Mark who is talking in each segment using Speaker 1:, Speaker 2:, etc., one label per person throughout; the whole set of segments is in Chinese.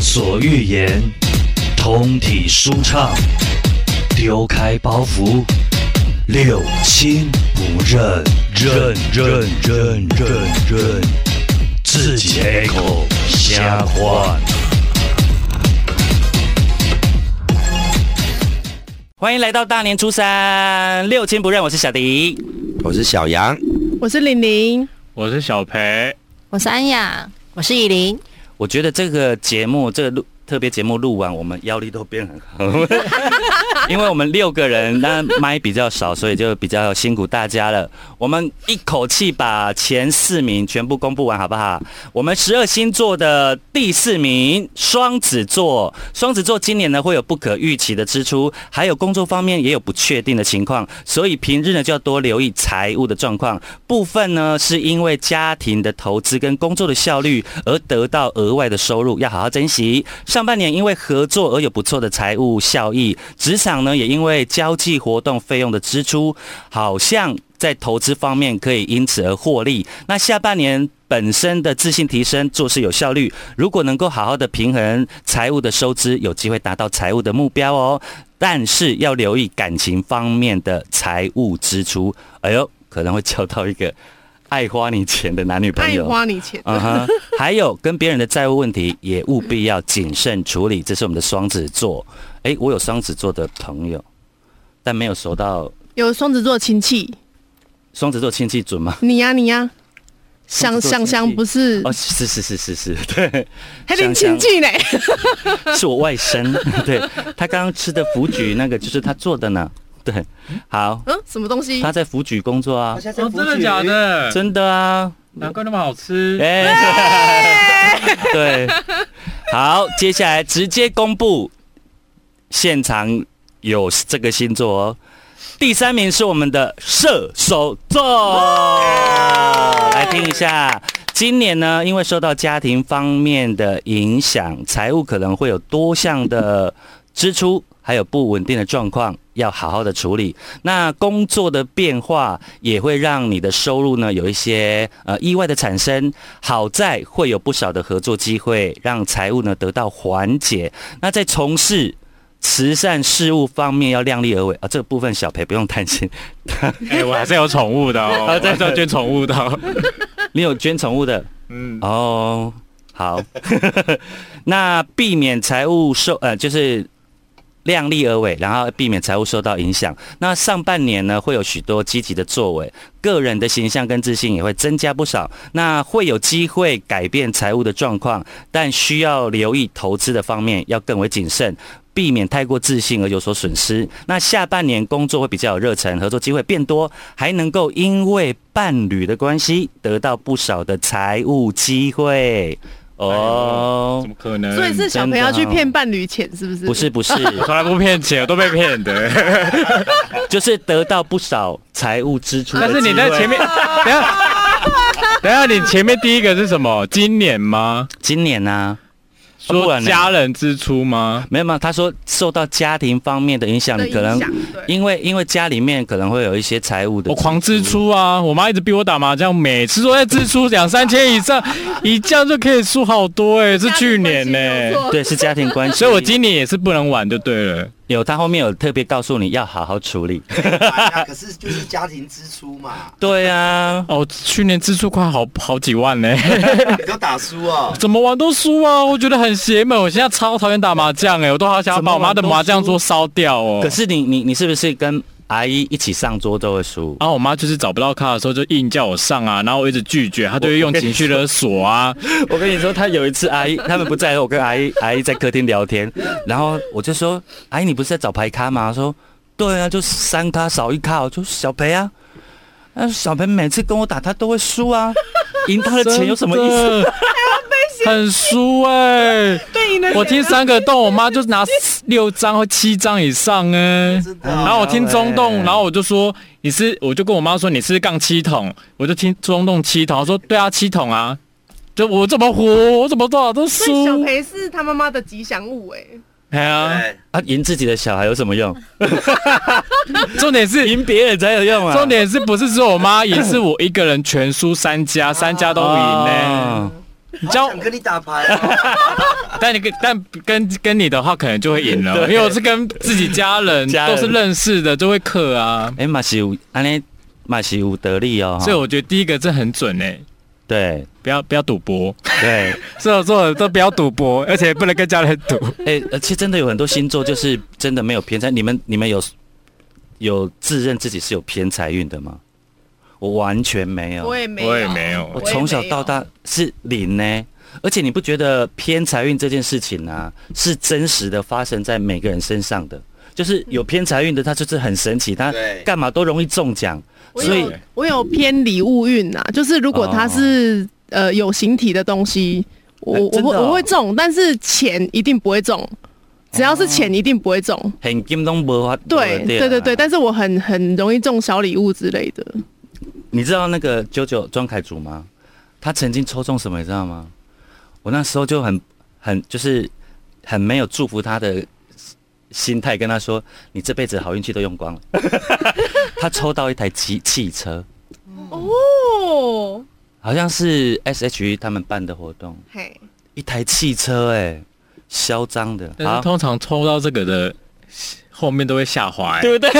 Speaker 1: 所欲言，通体舒畅，丢开包袱，六亲不认，认认认认认，自己开口瞎话。
Speaker 2: 欢迎来到大年初三，六亲不认，我是小迪。
Speaker 3: 我是小杨，
Speaker 4: 我是玲玲，
Speaker 5: 我是小裴，
Speaker 6: 我是安雅，我是以琳，
Speaker 2: 我觉得这个节目，这个录特别节目录完，我们腰力都变很好， 因为我们六个人，那麦比较少，所以就比较辛苦大家了。我们一口气把前四名全部公布完，好不好？我们十二星座的第四名，双子座。双子座今年呢会有不可预期的支出，还有工作方面也有不确定的情况，所以平日呢就要多留意财务的状况。部分呢是因为家庭的投资跟工作的效率而得到额外的收入，要好好珍惜。上半年因为合作而有不错的财务效益，职场呢也因为交际活动费用的支出，好像在投资方面可以因此而获利。那下半年。本身的自信提升，做事有效率。如果能够好好的平衡财务的收支，有机会达到财务的目标哦。但是要留意感情方面的财务支出，哎呦，可能会交到一个爱花你钱的男女朋
Speaker 4: 爱
Speaker 2: 友。
Speaker 4: 花你钱。
Speaker 2: 嗯哼，还有跟别人的债务问题也务必要谨慎处理，这是我们的双子座。哎，我有双子座的朋友，但没有收到
Speaker 4: 有双子座亲戚，
Speaker 2: 双子座亲戚准吗？
Speaker 4: 你呀、你呀、
Speaker 2: 双子
Speaker 4: 想
Speaker 2: 座亲
Speaker 4: 想
Speaker 2: 戚
Speaker 4: 想不是
Speaker 2: 哦，，是是是是是，对，
Speaker 4: 还领亲戚呢，
Speaker 2: 是我外甥， 对他刚刚吃的福举那个就是他做的呢，对，好，
Speaker 4: 嗯，什么东西
Speaker 2: 他？在福举工作啊，
Speaker 5: 哦，真的假的？
Speaker 2: 真的啊，
Speaker 5: 难怪那么好吃。
Speaker 2: 哎、 对，好，接下来直接公布现场有这个星座哦。第三名是我们的射手座，来听一下。今年呢，因为受到家庭方面的影响，财务可能会有多项的支出，还有不稳定的状况，要好好的处理。那工作的变化也会让你的收入呢有一些呃意外的产生。好在会有不少的合作机会，让财务呢得到缓解。那在从事慈善事务方面要量力而为啊，这个部分小裴不用担心。啊
Speaker 5: 哎、我还是有宠物的 哦，我还是要捐宠物的哦、
Speaker 2: 你有捐宠物的
Speaker 5: 嗯，
Speaker 2: 哦，好。那避免财务受呃就是。量力而为，然后避免财务受到影响。那上半年呢，会有许多积极的作为，个人的形象跟自信也会增加不少。那会有机会改变财务的状况，但需要留意投资的方面要更为谨慎。避免太过自信而有所损失。那下半年工作会比较有热忱，合作机会变多，还能够因为伴侣的关系得到不少的财务机会。哦
Speaker 5: 哎怎，么可能？
Speaker 4: 所
Speaker 2: 嗯
Speaker 4: 以是小朋友去骗伴侣钱，是不是？
Speaker 2: 啊不是，不是，
Speaker 5: 我从来不骗钱，我都被骗的。
Speaker 2: 就是得到不少财务支出的
Speaker 5: 但
Speaker 2: 机
Speaker 5: 是
Speaker 2: 会。
Speaker 5: 你在前 面，等一下，等一下，你前面第一个是什么？今年吗？
Speaker 2: 今年呢、不
Speaker 5: 说
Speaker 2: 然呢
Speaker 5: 家人支出吗？
Speaker 2: 没有没有，他说受到家庭方面的影响，
Speaker 4: 的
Speaker 2: 你可能
Speaker 4: 影响对，
Speaker 2: 因为因为家里面可能会有一些财务的
Speaker 5: 我狂支出啊！我妈一直逼我打麻将，每次都在支出两三千以上，一这样就可以输好多哎、是去年呢、
Speaker 2: 对是家庭关系，
Speaker 5: 所以我今年也是不能玩就对了。
Speaker 2: 有他后面有特别告诉你要好好处理。
Speaker 3: 可是就是家庭支出 嘛，
Speaker 2: 对啊，
Speaker 5: 哦，去年支出快好好几万呢、
Speaker 3: 你都打输哦。
Speaker 5: 怎么玩都输啊！我觉得很邪门，我现在超讨厌打麻将哎、我都好想要把我妈的麻将桌烧掉 哦。
Speaker 2: 可是你你你是不是跟阿姨一起上桌都会输？
Speaker 5: 然后我妈就是找不到咖的时候就硬叫我上啊，然后我一直拒绝，她就会用情绪勒索啊。
Speaker 2: 我跟你说，他有一次 阿姨他们不在，我跟阿姨阿姨在客厅聊天，然后我就说：“阿姨，你不是在找牌咖吗？”她说：“对啊，就三咖少一咖，我就小裴啊。”那小裴每次跟我打，他都会输 啊，赢他的钱有什么意思？
Speaker 5: 思？很输哎、
Speaker 4: 对，赢了钱
Speaker 5: 我听三个洞，我妈就拿六张或七张以上哎、
Speaker 3: 真的
Speaker 5: 然
Speaker 3: 啊
Speaker 5: 后我听中
Speaker 2: 哎
Speaker 5: 洞，然后我就说你是，我就跟我妈说你是杠七筒，我就听中洞七筒，我说对啊七筒啊，就我怎么胡，我怎么多少都
Speaker 4: 所以小
Speaker 5: 输，
Speaker 4: 裴是他妈妈的吉祥物哎、
Speaker 5: 哎呀，
Speaker 3: 对
Speaker 2: 啊，赢自己的小孩有什么用？
Speaker 5: 重点是
Speaker 2: 赢别人才有用啊！
Speaker 5: 重啊点是不是只有我妈赢，是我一个人全输三家，三家都赢呢、
Speaker 2: 哦
Speaker 5: 你教
Speaker 3: 好想跟你打牌哦，
Speaker 5: 但你跟但跟跟你的话，可能就会赢了，
Speaker 2: 对
Speaker 5: 因为我是跟自己家人
Speaker 2: 家人
Speaker 5: 都是认识的，就会克啊。
Speaker 2: 哎，马西有安尼马西有得利哦，哈
Speaker 5: 所以我觉得第一个这很准哎、
Speaker 2: 对
Speaker 5: 不要不要赌博，
Speaker 2: 对，
Speaker 5: 射手座的啊都不要赌 博，而且不能跟家人赌。
Speaker 2: 哎，而且真的有很多星座就是真的没有偏财，你们你们有有自认自己是有偏财运的吗？我完全没有，
Speaker 4: 我也没有，
Speaker 5: 我也没有
Speaker 2: 我
Speaker 4: 也
Speaker 2: 从小
Speaker 4: 没有
Speaker 2: 到大是零呢。而且你不觉得偏财运这件事情啊，是真实的发生在每个人身上的？就是有偏财运的，他就是很神奇，他
Speaker 3: 对
Speaker 2: 干嘛都容易中奖。
Speaker 4: 我
Speaker 2: 所以
Speaker 4: 有我有偏礼物运啊，就是如果它是、呃有形体的东西，我、
Speaker 2: 哦哎
Speaker 4: 我
Speaker 2: 真的
Speaker 4: 会
Speaker 2: 哦
Speaker 4: 我会中，但是钱一定不会中，只要是
Speaker 2: 哦
Speaker 4: 钱一定不会中。
Speaker 2: 很金东博法。啊
Speaker 4: 对啊对对对，但是我很很容易中小礼物之类的，
Speaker 2: 你知道那个九九庄凯祖吗？他曾经抽中什么，你知道吗？我那时候就很很就是很没有祝福他的心态，跟他说：“你这辈子好运气都用光了。” 他抽到一台汽汽车，
Speaker 4: 哦，
Speaker 2: 好像是 S.H.E 他们办的活动，
Speaker 4: 嘿，
Speaker 2: 一台汽车、哎，嚣张的，
Speaker 5: 但是通常抽到这个的后面都会下滑、欸，对不对？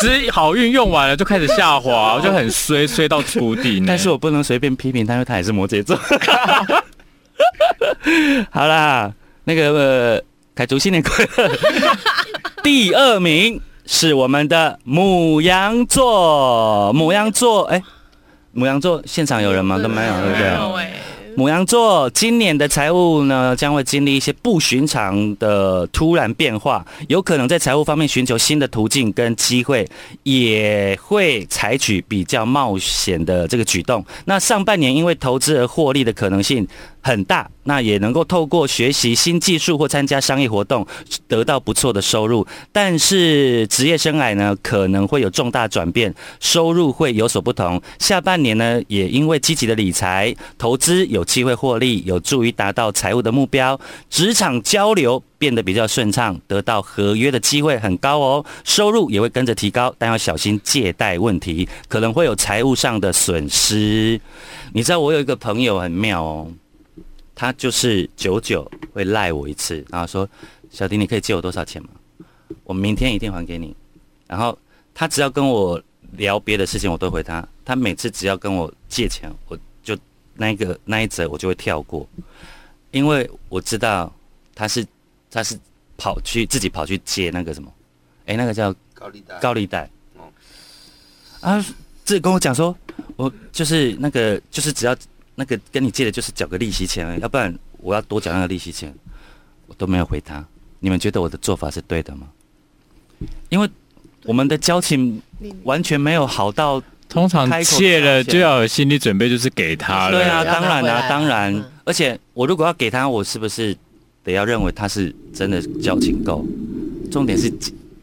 Speaker 5: 只是好运用完了就开始下滑，就很衰，衰到谷底呢。
Speaker 2: 但是我不能随便批评他，因为他也是摩羯座。 好啦，那个、呃、凯竹新年快乐。第二名是我们的母羊座，母羊座，哎、母羊座现场有人吗？都没有，对不对？
Speaker 4: 哎，
Speaker 2: 母羊座今年的财务呢，将会经历一些不寻常的突然变化，有可能在财务方面寻求新的途径跟机会，也会采取比较冒险的这个举动。那上半年因为投资而获利的可能性很大，那也能够透过学习新技术或参加商业活动得到不错的收入。但是职业生涯呢，可能会有重大转变，收入会有所不同。下半年呢，也因为积极的理财投资，有机会获利，有助于达到财务的目标。职场交流变得比较顺畅，得到合约的机会很高哦，收入也会跟着提高，但要小心借贷问题，可能会有财务上的损失。你知道我有一个朋友很妙哦，他就是久久会赖我一次，然后说：“小迪，你可以借我多少钱吗？我明天一定还给你。”然后他只要跟我聊别的事情，我都回他。他每次只要跟我借钱，我就那一个那一则我就会跳过，因为我知道他是他是跑去自己跑去借那个什么，哎、那个叫
Speaker 3: 高利贷，
Speaker 2: 高利贷
Speaker 3: 哦。
Speaker 2: 啊，这跟我讲说，我就是那个，就是只要那个跟你借的，就是缴个利息钱而已，要不然我要多缴那个利息钱，我都没有回他。你们觉得我的做法是对的吗？因为我们的交情完全没有好到，
Speaker 5: 通常借了就要有心理准备，就是给他了。
Speaker 2: 对啊，
Speaker 6: 要拿
Speaker 2: 当然
Speaker 6: 回来
Speaker 2: 啊，当然
Speaker 6: 嗯，
Speaker 2: 而且我如果要给他，我是不是得要认为他是真的交情够？重点是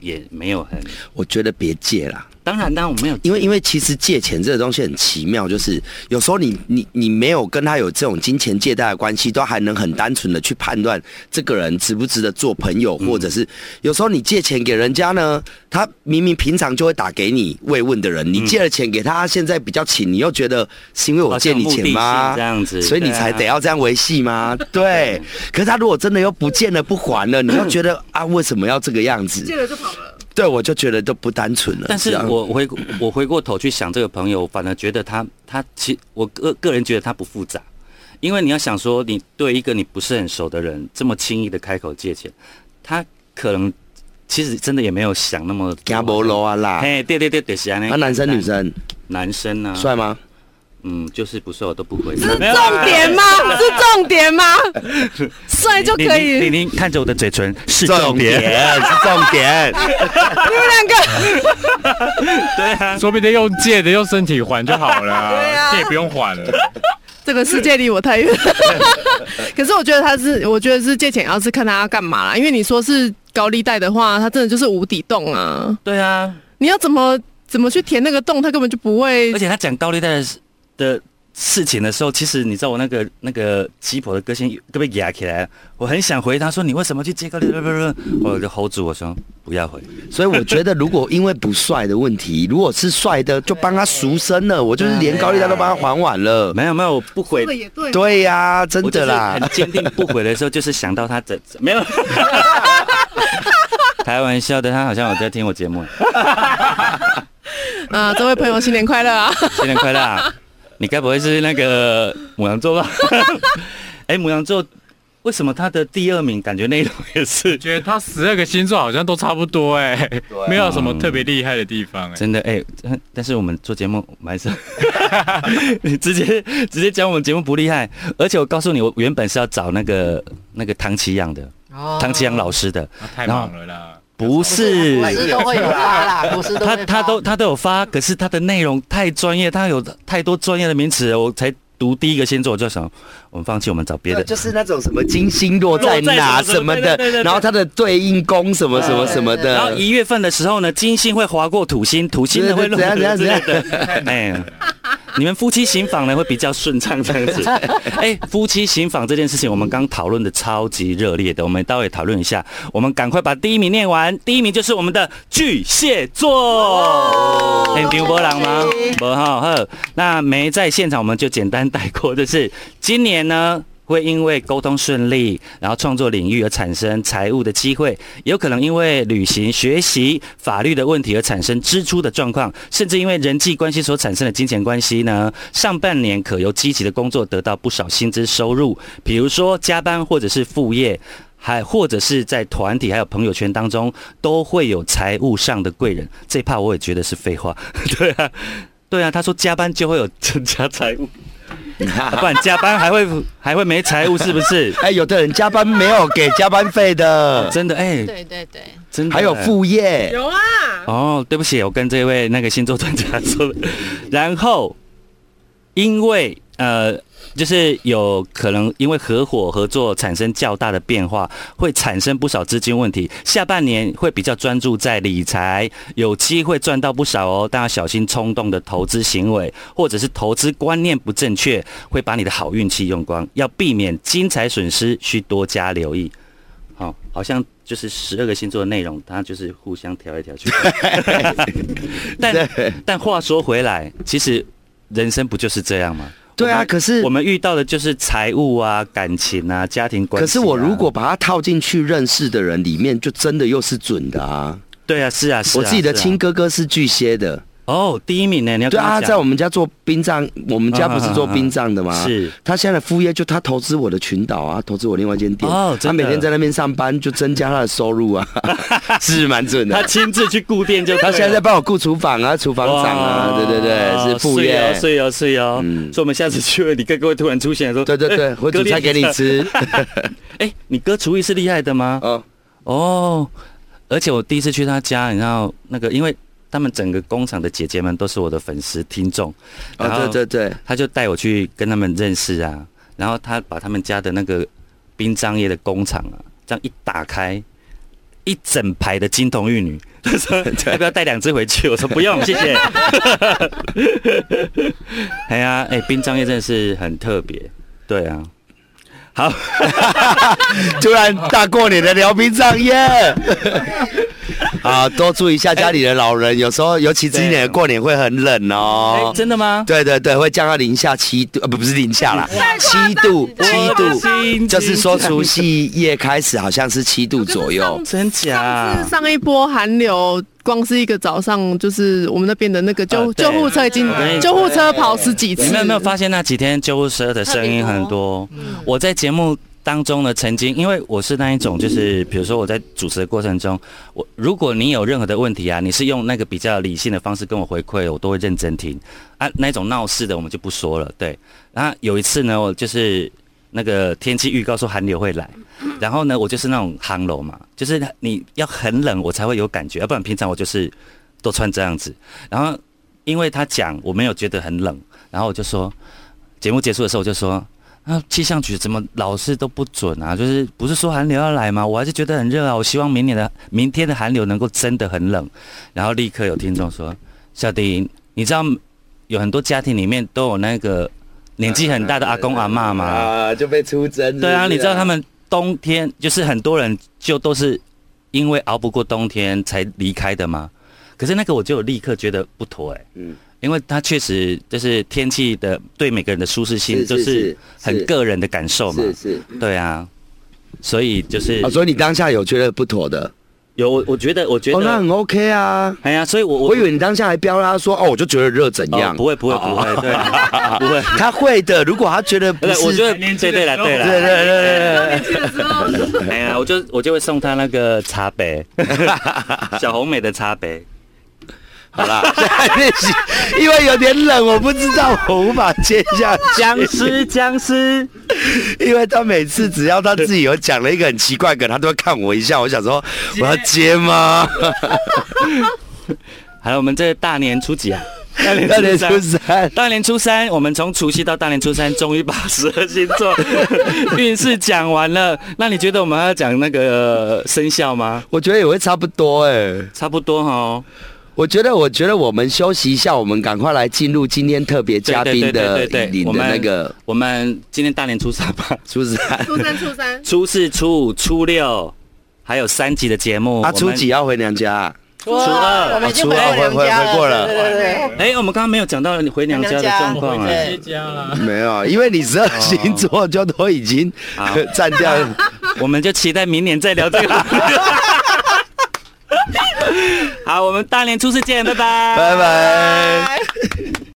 Speaker 2: 也没有很，
Speaker 3: 我觉得别借啦。
Speaker 2: 当然，当然我没有，
Speaker 3: 因为因为其实借钱这个东西很奇妙，就是有时候你你你没有跟他有这种金钱借贷的关系，都还能很单纯的去判断这个人值不值得做朋友，或
Speaker 2: 嗯
Speaker 3: 者是有时候你借钱给人家呢，他明明平常就会打给你慰问的人，你借了钱给他，他现在比较请，你又觉得是因为我
Speaker 2: 嗯好
Speaker 3: 借
Speaker 2: 像
Speaker 3: 你
Speaker 2: 目
Speaker 3: 钱
Speaker 2: 的
Speaker 3: 吗
Speaker 2: 性这？样子，
Speaker 3: 所以你
Speaker 2: 对啊
Speaker 3: 才得要这样维系吗？ 对。可是他如果真的又不见了不还了，你又觉得啊，为什么要这个样子？
Speaker 4: 借了就跑了，
Speaker 3: 对，我就觉得都不单纯了。
Speaker 2: 但是
Speaker 3: 这样
Speaker 2: 我回我回过头去想这个朋友，我反而觉得他他其我个个人觉得他不复杂，因为你要想说你对一个你不是很熟的人这么轻易的开口借钱，他可能其实真的也没有想那么
Speaker 3: 惊无路啊啦。
Speaker 2: 哎，对对对对，是啊，
Speaker 3: 那、男生女生
Speaker 2: 男生呢、
Speaker 3: 帅吗？
Speaker 2: 嗯，就是不瘦都不会。
Speaker 4: 是重点吗？是重点 吗？帅就可
Speaker 2: 玲
Speaker 4: 以，你们
Speaker 2: 玲看着我的嘴唇是
Speaker 3: 重
Speaker 2: 重
Speaker 3: 点
Speaker 2: 点，
Speaker 3: 是重点，
Speaker 4: 两个
Speaker 2: 对啊，
Speaker 5: 说不定用借的用身体还就好了、
Speaker 4: 对啊
Speaker 5: 这也不用还了。
Speaker 4: 这个世界离我 太远。可是我觉得他是，我觉得是借钱，要是看他要干嘛啦。因为你说是高利贷的话，他真的就是无底洞啊！
Speaker 2: 对啊，
Speaker 4: 你要怎么怎么去填那个洞，他根本就不会
Speaker 2: 而。且他讲高利贷的的事情的时候，其实你知道我那个那个鸡婆的个性被压起来，我很想回答说你为什么去接高利？我就 hold 住我说不要回。
Speaker 3: 所以我觉得，如果因为不帅的问题，如果是帅的，就帮他赎 身了。我就是连高利贷都帮他还完了。
Speaker 2: 没有没有，我不回
Speaker 4: 说的。也对，
Speaker 3: 对呀、真
Speaker 2: 我就
Speaker 3: 的
Speaker 2: 是
Speaker 3: 啦
Speaker 2: 很，坚定不回的时候，就是想到他怎怎 没有。开玩笑的，他好像有在听我节目。
Speaker 4: 啊，这位朋友新年快乐啊！
Speaker 2: 新年快乐、啊！你该不会是那个母羊座吧？ 哎、母羊座为什么他的第二名感觉内容也是
Speaker 5: 觉得他十二个星座好像都差不多哎、没有什么特别厉害的地方哎、
Speaker 2: 真的？哎、但但是我们做节目，我们还是 你直接直接讲我们节目不厉害。而且我告诉你，我原本是要找那个那个唐奇阳的，
Speaker 6: 哦
Speaker 2: 唐奇阳老师的，
Speaker 5: 他啊太忙了啦。
Speaker 2: 不是。
Speaker 6: 股市都会有发啦，股市都
Speaker 2: 他
Speaker 6: 会发
Speaker 2: 他都他都有发，可是他的内容太专业，他有太多专业的名词了，我才读第一个星座我就想，我们放弃，我们找别的。
Speaker 3: 就是那种什么金星落在哪
Speaker 2: 落在什
Speaker 3: 什
Speaker 2: 么
Speaker 3: 么
Speaker 2: 什么对
Speaker 3: 的
Speaker 2: 对对对，哎
Speaker 3: 然后它的对应宫什么什么什么
Speaker 2: 然后
Speaker 3: 的。
Speaker 2: 一月份的时候呢，金星会划过土星，土星呢会
Speaker 3: 对对怎样
Speaker 2: 落
Speaker 3: 怎样
Speaker 2: 之类的 哎，你们夫妻行房呢会比较顺畅这样 子。哎，夫妻行房这件事情，我们刚讨论的超级热烈的，我们待会讨论一下。我们赶快把第一名念完，第一名就是我们的巨蟹座。很丢波浪吗？不好呵。那没在现场，我们就简单带过，就是今年呢。会因为沟通顺利，然后创作领域而产生财务的机会，也有可能因为旅行、学习、法律的问题而产生支出的状况，甚至因为人际关系所产生的金钱关系呢。上半年可由积极的工作得到不少薪资收入，比如说加班或者是副业。还或者是在团体还有朋友圈当中，都会有财务上的贵人。这一趴我也觉得是废话， 对啊，对啊。他说加班就会有增加财务，啊不然加班还会还会没财务，是不是？
Speaker 3: 哎，有的人加班没有给加班 费的，
Speaker 2: 真的哎、
Speaker 6: 对对对，
Speaker 2: 真的
Speaker 3: 嗯还有
Speaker 2: 哎
Speaker 3: 副业。
Speaker 4: 有啊，
Speaker 2: 哦，对不起，我跟这位那个星座专家说，然后因为呃，就是有可能因为合伙合作产生较大的变化，会产生不少资金问题。下半年会比较专注在理财，有机会赚到不少哦，但要小心冲动的投资行为，或者是投资观念不正确，会把你的好运气用光，要避免金财损失，需多加留意。好、好像就是十二个星座的内容，它就是互相调来调 去。但
Speaker 3: 对
Speaker 2: 但话说回来，其实人生不就是这样吗？
Speaker 3: 对
Speaker 2: 我
Speaker 3: 啊，
Speaker 2: 们
Speaker 3: 可是
Speaker 2: 我们遇到的就是财务啊、感情啊、家庭关系啊、
Speaker 3: 可是我如果把它套进去认识的人里面，就真的又是准的啊！
Speaker 2: 对啊，是啊，是啊
Speaker 3: 我自己的
Speaker 2: 是啊
Speaker 3: 亲哥哥是巨蟹的，
Speaker 2: 哦，第一名呢，你要
Speaker 3: 对
Speaker 2: 跟
Speaker 3: 啊，
Speaker 2: 他
Speaker 3: 他在我
Speaker 2: 讲啊
Speaker 3: 们家做殡葬，我们家不是做殡葬的吗？
Speaker 2: 是
Speaker 3: 他现在的副业就他投资我的群岛啊，投资我另外一间店，
Speaker 2: 哦真
Speaker 3: 他
Speaker 2: 的
Speaker 3: 每天在那边上班，就增加他的收入 啊，是蛮准
Speaker 2: 他
Speaker 3: 的。
Speaker 2: 亲自去顾店就对了，
Speaker 3: 他现在在帮我顾厨房啊，厨房长啊，对对对，是副业。
Speaker 2: 是哦，是哦，
Speaker 3: 嗯
Speaker 2: 所以我们下次去了，你哥哥会突然出现说，
Speaker 3: 对对对，
Speaker 2: 哎
Speaker 3: 我煮菜给你。吃。
Speaker 2: 哎、你哥厨艺是厉害的吗？
Speaker 3: 哦，
Speaker 2: 哦，而且我第一次去他家，你知道那个，因为他们整个工厂的姐姐们都是我的粉丝听众， 然后
Speaker 3: 哦，对对对，
Speaker 2: 他就带我去跟他们认识啊，然后他把他们家的那个殡葬业的工厂啊，这样一打开。一整排的金童玉女， 他说要不要带两只回去？我说不用，谢谢。 哎呀，哎，殡葬业真的是很特别，对啊。好，
Speaker 3: 突然大过年的聊殡葬耶！ 啊，多注意一下家里的老人，有时候尤其今年
Speaker 2: 啊
Speaker 3: 的过年会很冷
Speaker 2: 哎
Speaker 3: 哦。
Speaker 2: 真的 吗？
Speaker 3: 对对对，会降到零下七度，呃，不不是零下啦，七度
Speaker 2: 哦
Speaker 3: 七度，
Speaker 2: 度
Speaker 3: 就是说除夕夜开始好像是七度左右。
Speaker 2: 真假
Speaker 4: 上次上一波寒流，光是一个早上，就是我们那边的那个救、
Speaker 2: 啊对
Speaker 4: 救护车已经
Speaker 2: 对
Speaker 4: 救护车跑十几次，
Speaker 2: 你们有没有发现那几天救护车的声音很多？我在节目当中呢，曾经因为我是那一种，
Speaker 4: 嗯
Speaker 2: 就是比如说我在主持的过程中，我如果你有任何的问题啊，你是用那个比较理性的方式跟我回馈，我都会认真听啊。那一种闹事的我们就不说了，对。然后有一次呢，我就是那个天气预告说寒流会来，然后呢，我就是那种航楼嘛，就是你要很冷我才会有感觉，要不然平常我就是都穿这样子。然后因为他讲我没有觉得很冷，然后我就说，啊节目结束的时候我就说，啊，气象局怎么老是都不准啊？就是不是说寒流要来吗？我还是觉得很热啊，我希望明年的明天的寒流能够真的很冷。然后立刻有听众说，小迪，你知道有很多家庭里面都有那个年纪很大的阿公阿嬷嘛。
Speaker 3: 啊，就被出征。
Speaker 2: 对啊，你知道他们冬天就是很多人就都是因为熬不过冬天才离开的嘛。可是那个我就有立刻觉得不妥哎、
Speaker 3: 嗯
Speaker 2: 因为它确实就是天气的对每个人的舒适性
Speaker 3: 是
Speaker 2: 就是是很
Speaker 3: 是
Speaker 2: 个人的感受嘛
Speaker 3: 是。是
Speaker 2: 对啊，所以就是
Speaker 3: 啊，所以你当下有觉得不妥的，
Speaker 2: 有我我觉得我觉
Speaker 3: 哦，那
Speaker 2: 得
Speaker 3: 很 OK 啊。
Speaker 2: 哎呀，所以我
Speaker 3: 我以为你当下还飙啦，说哦，我就觉得热怎
Speaker 2: 哦
Speaker 3: 样？
Speaker 2: 不会不会不会对不会。
Speaker 3: 他会的。如果他觉得不
Speaker 2: 对，
Speaker 3: 是，
Speaker 2: 我觉得
Speaker 5: 年
Speaker 2: 对
Speaker 5: 轻的
Speaker 2: 对了
Speaker 5: 时候
Speaker 2: 对了，
Speaker 3: 对对 对对
Speaker 2: 哎呀，我就我就会送他那个茶 杯，小红美的茶杯。
Speaker 3: 好啦，练习， 因为有点冷，我不知道，我无法接下去。
Speaker 2: 僵尸，僵尸，
Speaker 3: 因为他每次只要他自己有讲了一个很奇怪的梗，他都会看我一下。我想说，我要 接吗？
Speaker 2: 好了，我们这大年初 几啊？大年
Speaker 3: 那年初三，
Speaker 2: 大年初三，我们从除夕到大年初三，终于把十二星座运势讲完了。那你觉得我们还要讲那个呃生肖吗？
Speaker 3: 我觉得也会差不多哎、
Speaker 2: 差不多哈。
Speaker 3: 我觉得，我觉得我们休息一下，我们赶快来进入今天特别嘉宾
Speaker 2: 对对
Speaker 3: 的
Speaker 2: 对对对
Speaker 3: 领
Speaker 2: 我
Speaker 3: 的
Speaker 2: 们
Speaker 3: 那个
Speaker 2: 我们今天大年初三吧，
Speaker 3: 初三。
Speaker 4: 初三初三，
Speaker 2: 初四、初五、初六，还有三集的节目。
Speaker 3: 他
Speaker 2: 我们
Speaker 3: 啊初几？要回娘家啊？
Speaker 6: 初
Speaker 2: 二
Speaker 6: 我们已经
Speaker 3: 哦
Speaker 6: 回
Speaker 3: 初二
Speaker 6: 娘
Speaker 3: 回
Speaker 6: 家
Speaker 3: 回过了
Speaker 6: 对对对
Speaker 2: 哎，我们刚刚没有讲到你回娘家的状况啊。
Speaker 6: 对
Speaker 5: 家啦。
Speaker 3: 没有，因为你十二星座就都已经
Speaker 2: 哦好
Speaker 3: 占掉了。
Speaker 2: 我们就期待明年再聊这个。好，我们大年初四见，拜拜，
Speaker 3: 拜拜。
Speaker 6: 对。